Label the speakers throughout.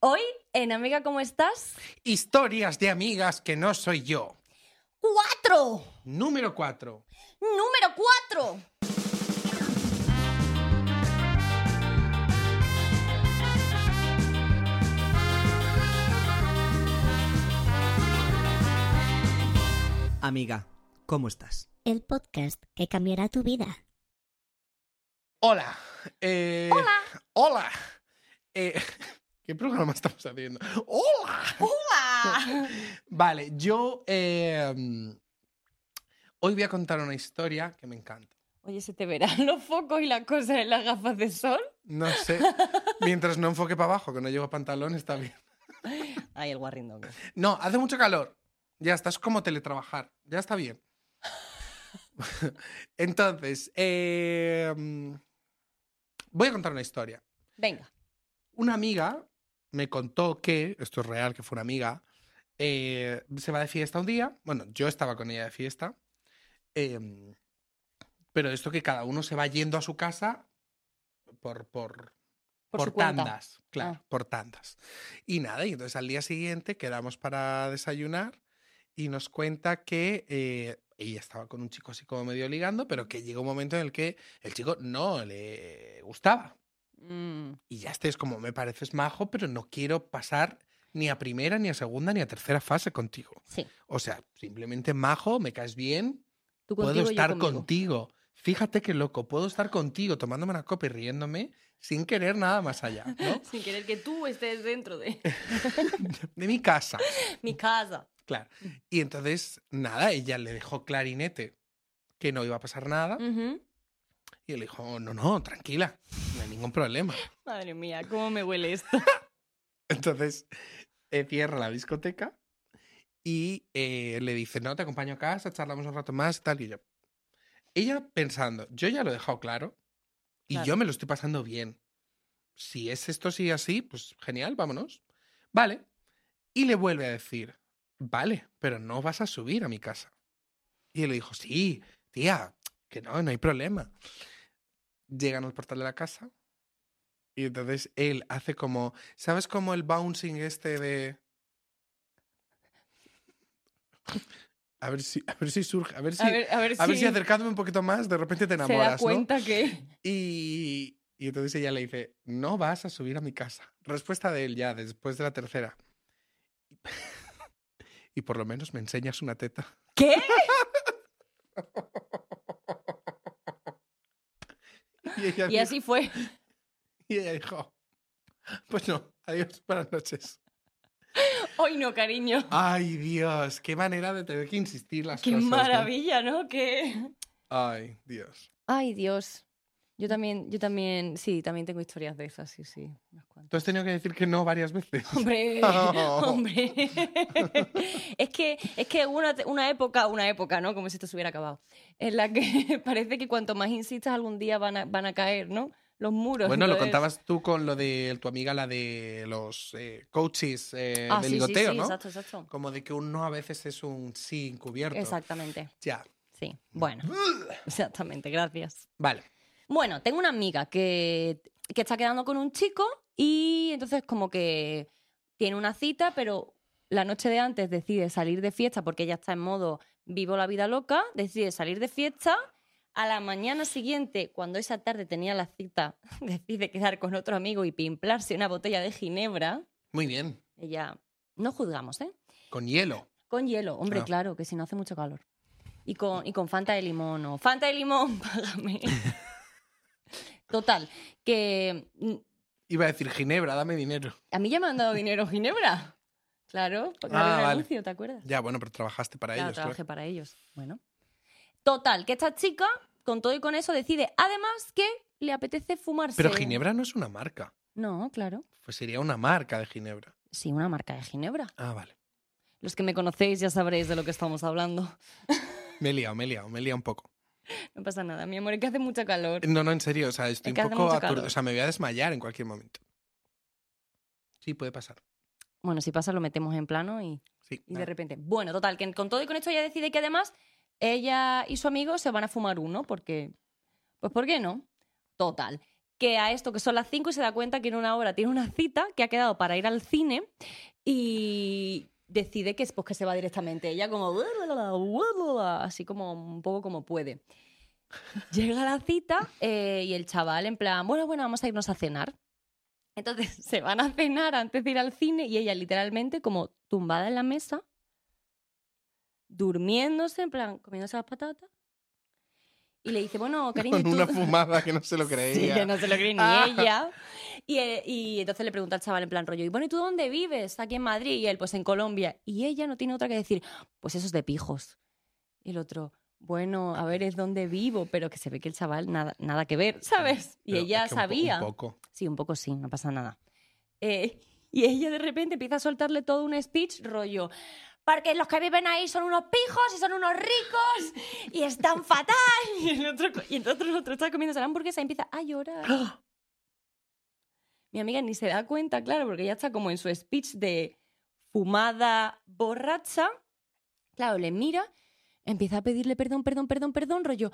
Speaker 1: Hoy, en Amiga, ¿cómo estás?
Speaker 2: Historias de amigas que no soy yo.
Speaker 1: ¡Cuatro!
Speaker 2: Número 4.
Speaker 1: ¡Número cuatro!
Speaker 3: Amiga, ¿cómo estás?
Speaker 4: El podcast que cambiará tu vida.
Speaker 2: Hola. eh, hola. Eh, ¿Qué programa estamos haciendo? Hola. Vale, yo eh, hoy voy a contar una historia que me encanta.
Speaker 1: Oye, se te verán los focos y la cosa de las gafas de sol.
Speaker 2: No sé, mientras no enfoque para abajo, que no llevo pantalón, está bien.
Speaker 1: Ay, el guarrindón.
Speaker 2: No, hace mucho calor. Ya estás como teletrabajar. Ya está bien. Entonces, eh, voy a contar una historia.
Speaker 1: Venga.
Speaker 2: Una amiga me contó que, esto es real, que fue una amiga, eh, se va de fiesta un día. Bueno, yo estaba con ella de fiesta. eh, pero esto que cada uno se va yendo a su casa por, por,
Speaker 1: Por,
Speaker 2: por,
Speaker 1: su cuenta.
Speaker 2: tandas, claro,
Speaker 1: Ah.
Speaker 2: por tandas. Y nada, y entonces al día siguiente quedamos para desayunar y nos cuenta que eh, ella estaba con un chico así como medio ligando, pero que llegó un momento en el que el chico no le gustaba.
Speaker 1: Mm,
Speaker 2: Y ya estés como, me pareces majo, pero no quiero pasar ni a primera, ni a segunda, ni a tercera fase contigo.
Speaker 1: sí.
Speaker 2: O sea, simplemente majo, me caes bien,
Speaker 1: Tú
Speaker 2: puedo
Speaker 1: contigo, yo
Speaker 2: estar
Speaker 1: conmigo.
Speaker 2: contigo. Fíjate qué loco, puedo estar contigo tomándome una copa y riéndome sin querer nada más allá, ¿no?
Speaker 1: Sin querer que tú estés dentro de
Speaker 2: de mi casa.
Speaker 1: mi casa.
Speaker 2: Claro. Y entonces, nada, ella le dejó clarinete que no iba a pasar nada.
Speaker 1: Ujú.
Speaker 2: Y él dijo, no, no, tranquila, no hay ningún problema.
Speaker 1: Madre mía, cómo me huele esto.
Speaker 2: Entonces, eh, cierra la discoteca y eh, le dice, no, te acompaño a casa, charlamos un rato más y tal. Y yo, ella pensando, yo ya lo he dejado claro y
Speaker 1: Claro.
Speaker 2: yo me lo estoy pasando bien. Si es esto sí así, pues genial, vámonos. Vale. Y le vuelve a decir, vale, pero no vas a subir a mi casa. Y él le dijo, sí, tía, que no, no hay problema. Llegan al portal de la casa y entonces él hace como, ¿sabes como el bouncing este de... A ver si, a ver si surge, a ver si,
Speaker 1: a ver, a ver
Speaker 2: a ver
Speaker 1: si
Speaker 2: si acercándome un poquito más, de repente te
Speaker 1: se da
Speaker 2: enamoras, ¿no?
Speaker 1: cuenta que...
Speaker 2: Y, y entonces ella le dice, no vas a subir a mi casa. Respuesta de él ya, después de la tercera. y por lo menos me enseñas una teta.
Speaker 1: ¿Qué?
Speaker 2: Y ella,
Speaker 1: Y así fue.
Speaker 2: y ella dijo, pues no, adiós, buenas noches.
Speaker 1: Hoy no, cariño.
Speaker 2: Ay, Dios, qué manera de tener que insistir las
Speaker 1: Qué
Speaker 2: cosas. ¿no?
Speaker 1: maravilla, ¿no? Qué...
Speaker 2: Ay, Dios.
Speaker 1: Ay, Dios.
Speaker 2: Mm.
Speaker 1: Yo también, yo también, sí, también tengo historias de esas, sí, sí. unas cuantas.
Speaker 2: Tú has tenido que decir que no varias veces.
Speaker 1: Hombre,
Speaker 2: Oh.
Speaker 1: hombre. es que es que hubo una, una época, una época, ¿no? Como si esto se hubiera acabado. En la que parece que cuanto más insistas algún día van a, van a caer, ¿no? Los muros.
Speaker 2: Bueno, lo
Speaker 1: entonces-
Speaker 2: contabas tú con lo de tu amiga, la de los eh, coaches eh,
Speaker 1: Ah,
Speaker 2: de
Speaker 1: sí, sí,
Speaker 2: ligoteo,
Speaker 1: sí,
Speaker 2: ¿no?
Speaker 1: Exacto, exacto.
Speaker 2: Como de que un no a veces es un sí encubierto.
Speaker 1: Exactamente.
Speaker 2: Ya.
Speaker 1: Sí.
Speaker 2: Mm.
Speaker 1: Bueno, exactamente, gracias.
Speaker 2: Vale.
Speaker 1: Bueno, tengo una amiga que, que está quedando con un chico y entonces como que tiene una cita, pero la noche de antes decide salir de fiesta porque ella está en modo vivo la vida loca, decide salir de fiesta. A la mañana siguiente, cuando esa tarde tenía la cita, decide quedar con otro amigo y pimplarse una botella de ginebra.
Speaker 2: Muy bien.
Speaker 1: Ella, no juzgamos, ¿eh?
Speaker 2: Con hielo.
Speaker 1: Con hielo, hombre,
Speaker 2: Ah.
Speaker 1: claro, que si no hace mucho calor. Y con, y con Fanta de limón o Fanta de limón, págame. Total, que mm,
Speaker 2: Iba a decir, Ginebra, dame dinero.
Speaker 1: a mí ya me han dado dinero Ginebra. Claro, porque había
Speaker 2: Ah,
Speaker 1: un
Speaker 2: vale.
Speaker 1: anuncio, ¿te acuerdas?
Speaker 2: Ya, bueno, pero trabajaste para
Speaker 1: Claro,
Speaker 2: ellos.
Speaker 1: trabajé
Speaker 2: claro.
Speaker 1: para ellos. Bueno. Total, que esta chica, con todo y con eso, decide además que le apetece fumarse.
Speaker 2: Pero Ginebra no es una marca.
Speaker 1: No, claro.
Speaker 2: Pues sería una marca de Ginebra.
Speaker 1: Sí, una marca de Ginebra.
Speaker 2: Ah, vale.
Speaker 1: Los que me conocéis ya sabréis de lo que estamos hablando.
Speaker 2: Me he liado, me he liado, me he liado un poco.
Speaker 1: No pasa nada, mi amor, es que hace mucho calor.
Speaker 2: No, no, en serio, o sea, estoy
Speaker 1: Es que
Speaker 2: un
Speaker 1: hace
Speaker 2: poco
Speaker 1: mucho
Speaker 2: aturdido.
Speaker 1: calor.
Speaker 2: O sea, me voy a desmayar en cualquier momento. Sí, puede pasar.
Speaker 1: Bueno, si pasa, lo metemos en plano y.
Speaker 2: Sí.
Speaker 1: Y
Speaker 2: nada.
Speaker 1: de repente, bueno, total, que con todo y con esto ella decide que además ella y su amigo se van a fumar uno, porque, pues, ¿por qué no? Total, que a esto que son las 5 y se da cuenta que en una hora tiene una cita que ha quedado para ir al cine y decide que es pues, que se va directamente ella como así como un poco como puede. Llega la cita eh, y el chaval en plan, bueno, bueno, vamos a irnos a cenar. Entonces se van a cenar antes de ir al cine y ella literalmente como tumbada en la mesa, durmiéndose, en plan, comiéndose las patatas. Y le dice, bueno, cariño,
Speaker 2: Con
Speaker 1: ¿y tú-
Speaker 2: una fumada que no se lo
Speaker 1: Sí,
Speaker 2: creía.
Speaker 1: que no se lo cree ni
Speaker 2: Ah.
Speaker 1: ella. Y, eh, y entonces le pregunta al chaval en plan rollo, y bueno, ¿y tú dónde vives? Aquí en Madrid. Y él, pues en Colombia. Y ella no tiene otra que decir, pues eso es de pijos. Y el otro, bueno, a ver, es donde vivo, pero que se ve que el chaval nada, nada que ver, ¿sabes? Y
Speaker 2: Pero
Speaker 1: ella
Speaker 2: es que un po-
Speaker 1: sabía.
Speaker 2: Un poco.
Speaker 1: Sí, un poco sí, no pasa nada. Eh, y ella de repente empieza a soltarle todo un speech rollo. Porque los que viven ahí son unos pijos y son unos ricos y están fatal. Y el otro, co- y el otro, el otro está comiendo la hamburguesa y empieza a llorar. Mi amiga ni se da cuenta, claro, porque ella está como en su speech de fumada borracha. Claro, le mira, empieza a pedirle perdón, perdón, perdón, perdón, rollo.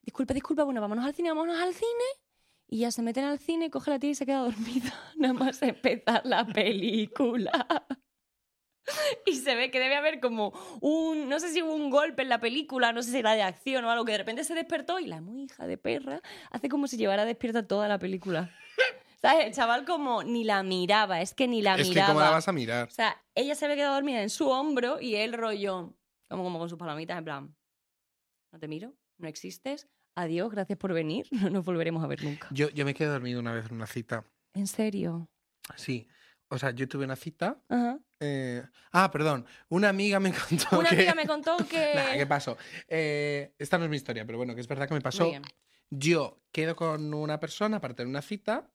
Speaker 1: Disculpa, disculpa, bueno, vámonos al cine, vámonos al cine. Y ya se meten al cine, coge la tía y se queda dormida. Nada más empezar la película. Y se ve que debe haber como un, no sé si hubo un golpe en la película, no sé si era de acción o algo, que de repente se despertó y la muy hija de perra hace como si llevara despierta toda la película. ¿Sabes? El chaval como ni la miraba, es que ni la
Speaker 2: es
Speaker 1: miraba.
Speaker 2: que cómo la vas a mirar.
Speaker 1: O sea, ella se había quedado dormida en su hombro y él rollo, como, como con sus palomitas, en plan, no te miro, no existes, adiós, gracias por venir, no nos volveremos a ver nunca.
Speaker 2: Yo, yo me quedé dormido una vez en una cita.
Speaker 1: ¿En serio?
Speaker 2: Sí. O sea, yo tuve una cita.
Speaker 1: Ajá.
Speaker 2: eh, Ah, perdón. Una amiga me contó.
Speaker 1: Una
Speaker 2: que...
Speaker 1: amiga me contó que...
Speaker 2: Nah, ¿qué pasó? Eh, esta no es mi historia, pero bueno, que es verdad que me pasó.
Speaker 1: Muy bien.
Speaker 2: Yo quedo con una persona para tener una cita.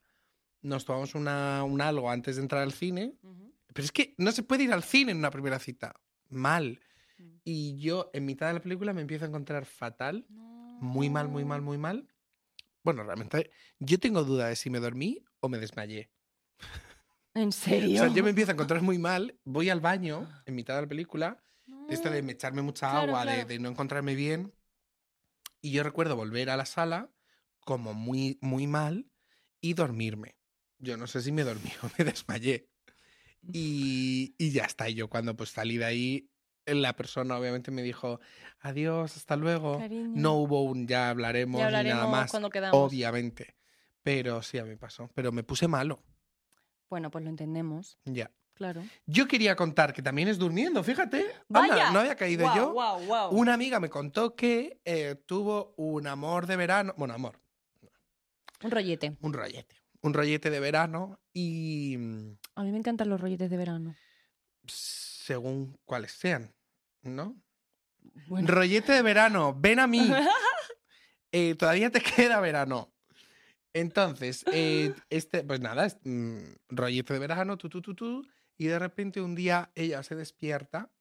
Speaker 2: Nos tomamos una, un algo antes de entrar al cine.
Speaker 1: Ujú.
Speaker 2: Pero es que no se puede ir al cine en una primera cita. Mal.
Speaker 1: Mm.
Speaker 2: Y yo, en mitad de la película, me empiezo a encontrar fatal. Muy mal, muy mal, muy mal. Bueno, realmente, yo tengo duda de si me dormí o me desmayé.
Speaker 1: ¿En
Speaker 2: O
Speaker 1: serio?
Speaker 2: sea, yo me empiezo a encontrar muy mal, voy al baño en mitad de la película,
Speaker 1: No.
Speaker 2: de esto de echarme mucha
Speaker 1: Mm, Claro,
Speaker 2: agua, de-
Speaker 1: claro.
Speaker 2: De, no encontrarme bien. Y yo recuerdo volver a la sala como muy, muy mal y dormirme. Yo no sé si me dormí o me desmayé. Y, y ya está. Y yo cuando pues salí de ahí, la persona obviamente me dijo, adiós, hasta luego.
Speaker 1: Cariño.
Speaker 2: No hubo un ya hablaremos,
Speaker 1: Ya
Speaker 2: ni nada
Speaker 1: hablaremos
Speaker 2: más,
Speaker 1: cuando quedamos.
Speaker 2: obviamente. Pero sí, a mí pasó. Pero me puse malo,
Speaker 1: Bueno, pues lo entendemos,
Speaker 2: ya.
Speaker 1: claro.
Speaker 2: Yo quería contar que también es durmiendo, fíjate. Anda,
Speaker 1: ¡Vaya!
Speaker 2: no había caído
Speaker 1: Guau,
Speaker 2: yo.
Speaker 1: guau, guau.
Speaker 2: Una amiga me contó que eh, tuvo un amor de verano, bueno, amor,
Speaker 1: Un rollete.
Speaker 2: un rollete, un rollete de verano y mm,
Speaker 1: A mí me encantan los rolletes de verano.
Speaker 2: según cuáles sean, ¿no?
Speaker 1: Bueno.
Speaker 2: Rollete de verano, ven a mí. Eh, todavía te queda verano. Entonces, eh, este, pues nada, es, mm, rollete de verano, tú, tú, tú, tú. Y de repente un día ella se despierta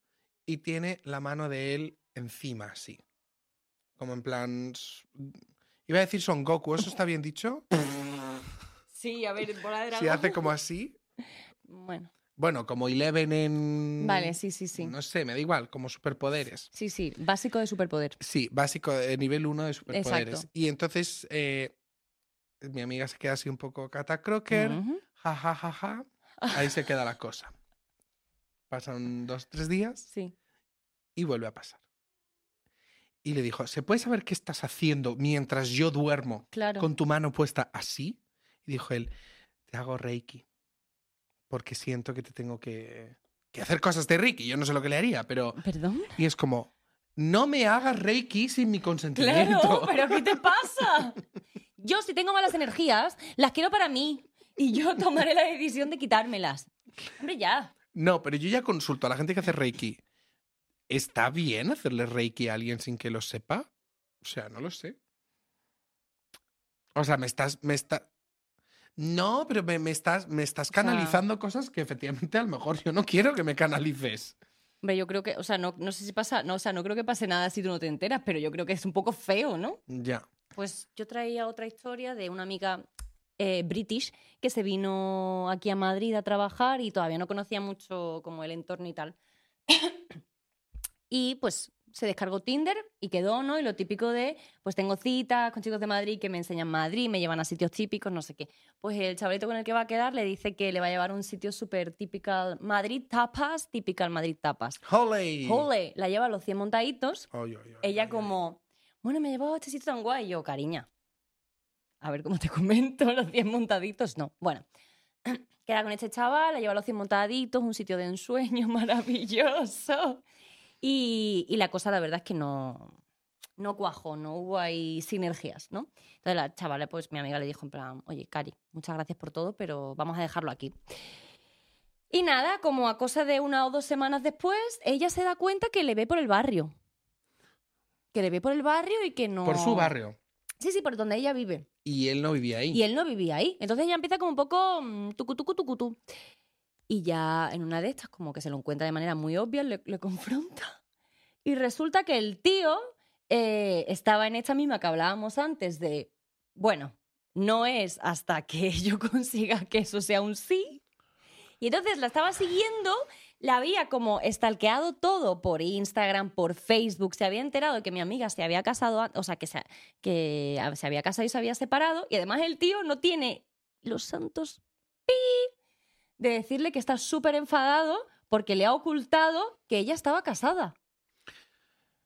Speaker 2: y tiene la mano de él encima, así. Como en plan. s- Iba a decir Son Goku, ¿eso está bien dicho?
Speaker 1: Sí, a ver, por la
Speaker 2: Si hace como así.
Speaker 1: Bueno,
Speaker 2: Bueno, como Eleven en.
Speaker 1: vale, sí, sí, sí.
Speaker 2: Mm. No sé, me da igual, como superpoderes.
Speaker 1: Sí, sí, básico de superpoder.
Speaker 2: Sí, básico, eh, nivel 1 de superpoderes.
Speaker 1: Exacto.
Speaker 2: Y entonces eh, mi amiga se queda así un poco catacroker,
Speaker 1: Ujú.
Speaker 2: ja, ja, ja, ja. Ahí se queda la cosa. Pasan dos, tres días
Speaker 1: Sí.
Speaker 2: y vuelve a pasar. Y le dijo, ¿se puede saber qué estás haciendo mientras yo duermo
Speaker 1: Claro.
Speaker 2: con tu mano puesta así? Y dijo él, te hago reiki, porque siento que te tengo que, que hacer cosas de reiki. Yo no sé lo que le haría, pero...
Speaker 1: ¿Perdón?
Speaker 2: Y es como, no me hagas reiki sin mi consentimiento.
Speaker 1: Claro, pero ¿qué te pasa? Yo si tengo malas energías, las quiero para mí y yo tomaré la decisión de quitármelas. Hombre, ya.
Speaker 2: No, pero yo ya consulto a la gente que hace reiki. ¿Está bien hacerle reiki a alguien sin que lo sepa? O sea, no lo sé. O sea, me estás, me está. No, pero me, me estás, me estás
Speaker 1: sea-
Speaker 2: canalizando cosas que efectivamente a lo mejor yo no quiero que me canalices.
Speaker 1: Hombre, yo creo que, o sea, no, no sé si pasa, no, o sea, no creo que pase nada si tú no te enteras, pero yo creo que es un poco feo, ¿no?
Speaker 2: Ya.
Speaker 1: Pues yo traía otra historia de una amiga eh, british que se vino aquí a Madrid a trabajar y todavía no conocía mucho como el entorno y tal. y pues se descargó Tinder y quedó, ¿no? Y lo típico de, pues tengo citas con chicos de Madrid que me enseñan Madrid, me llevan a sitios típicos, no sé qué. Pues el chavalito con el que va a quedar le dice que le va a llevar a un sitio súper típico, Madrid tapas, típica Madrid tapas.
Speaker 2: ¡Holy!
Speaker 1: Jole, la lleva a los 100 montaditos.
Speaker 2: Ay, ay, ay, ay,
Speaker 1: Ella
Speaker 2: ay.
Speaker 1: como, bueno, me ha llevado a este sitio tan guay. Y yo, cariña, a ver cómo te comento, los 100 montaditos, no. Bueno, queda con este chaval, la lleva a los 100 montaditos, un sitio de ensueño maravilloso. Y, y la cosa, la verdad, es que no, no cuajó, no hubo ahí sinergias, ¿no? Entonces la chavala, pues mi amiga le dijo en plan, oye, Cari, muchas gracias por todo, pero vamos a dejarlo aquí. Y nada, como a cosa de una o dos semanas después, ella se da cuenta que le ve por el barrio. Que le ve por el barrio y que no...
Speaker 2: Por su barrio.
Speaker 1: Sí, sí, por donde ella vive.
Speaker 2: Y él no vivía ahí.
Speaker 1: Y él no vivía ahí. Entonces ella empieza como un poco mm, tucu, tucu, tucu, tu. Y ya en una de estas, como que se lo encuentra de manera muy obvia, le, le confronta. Y resulta que el tío eh, estaba en esta misma que hablábamos antes de, bueno, no es hasta que yo consiga que eso sea un sí. Y entonces la estaba siguiendo, la había como estalqueado todo por Instagram, por Facebook, se había enterado de que mi amiga se había casado, a- o sea, que se, que a- se había casado y se había separado, y además el tío no tiene los santos pi de decirle que está súper enfadado porque le ha ocultado que ella estaba casada.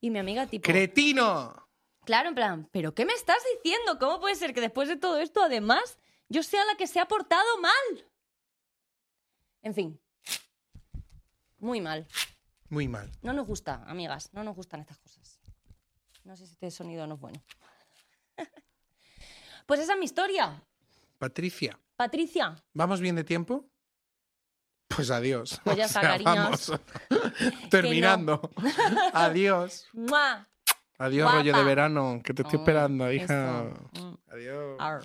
Speaker 1: Y mi amiga tipo...
Speaker 2: ¡Cretino!
Speaker 1: Claro, en plan, ¿pero qué me estás diciendo? ¿Cómo puede ser que después de todo esto, además, yo sea la que se ha portado mal? En fin. Muy mal.
Speaker 2: Muy mal.
Speaker 1: No nos gusta, amigas. No nos gustan estas cosas. No sé si este sonido no es bueno. pues esa es mi historia.
Speaker 2: Patricia,
Speaker 1: Patricia,
Speaker 2: ¿vamos bien de tiempo? Pues adiós.
Speaker 1: Pues ya está, cariños.
Speaker 2: vamos. Terminando. adiós.
Speaker 1: ¡mua!
Speaker 2: Adiós,
Speaker 1: Guapa.
Speaker 2: rollo de verano, que te estoy
Speaker 1: Mm,
Speaker 2: esperando, hija.
Speaker 1: eso. Mm,
Speaker 2: Adiós.
Speaker 1: arr.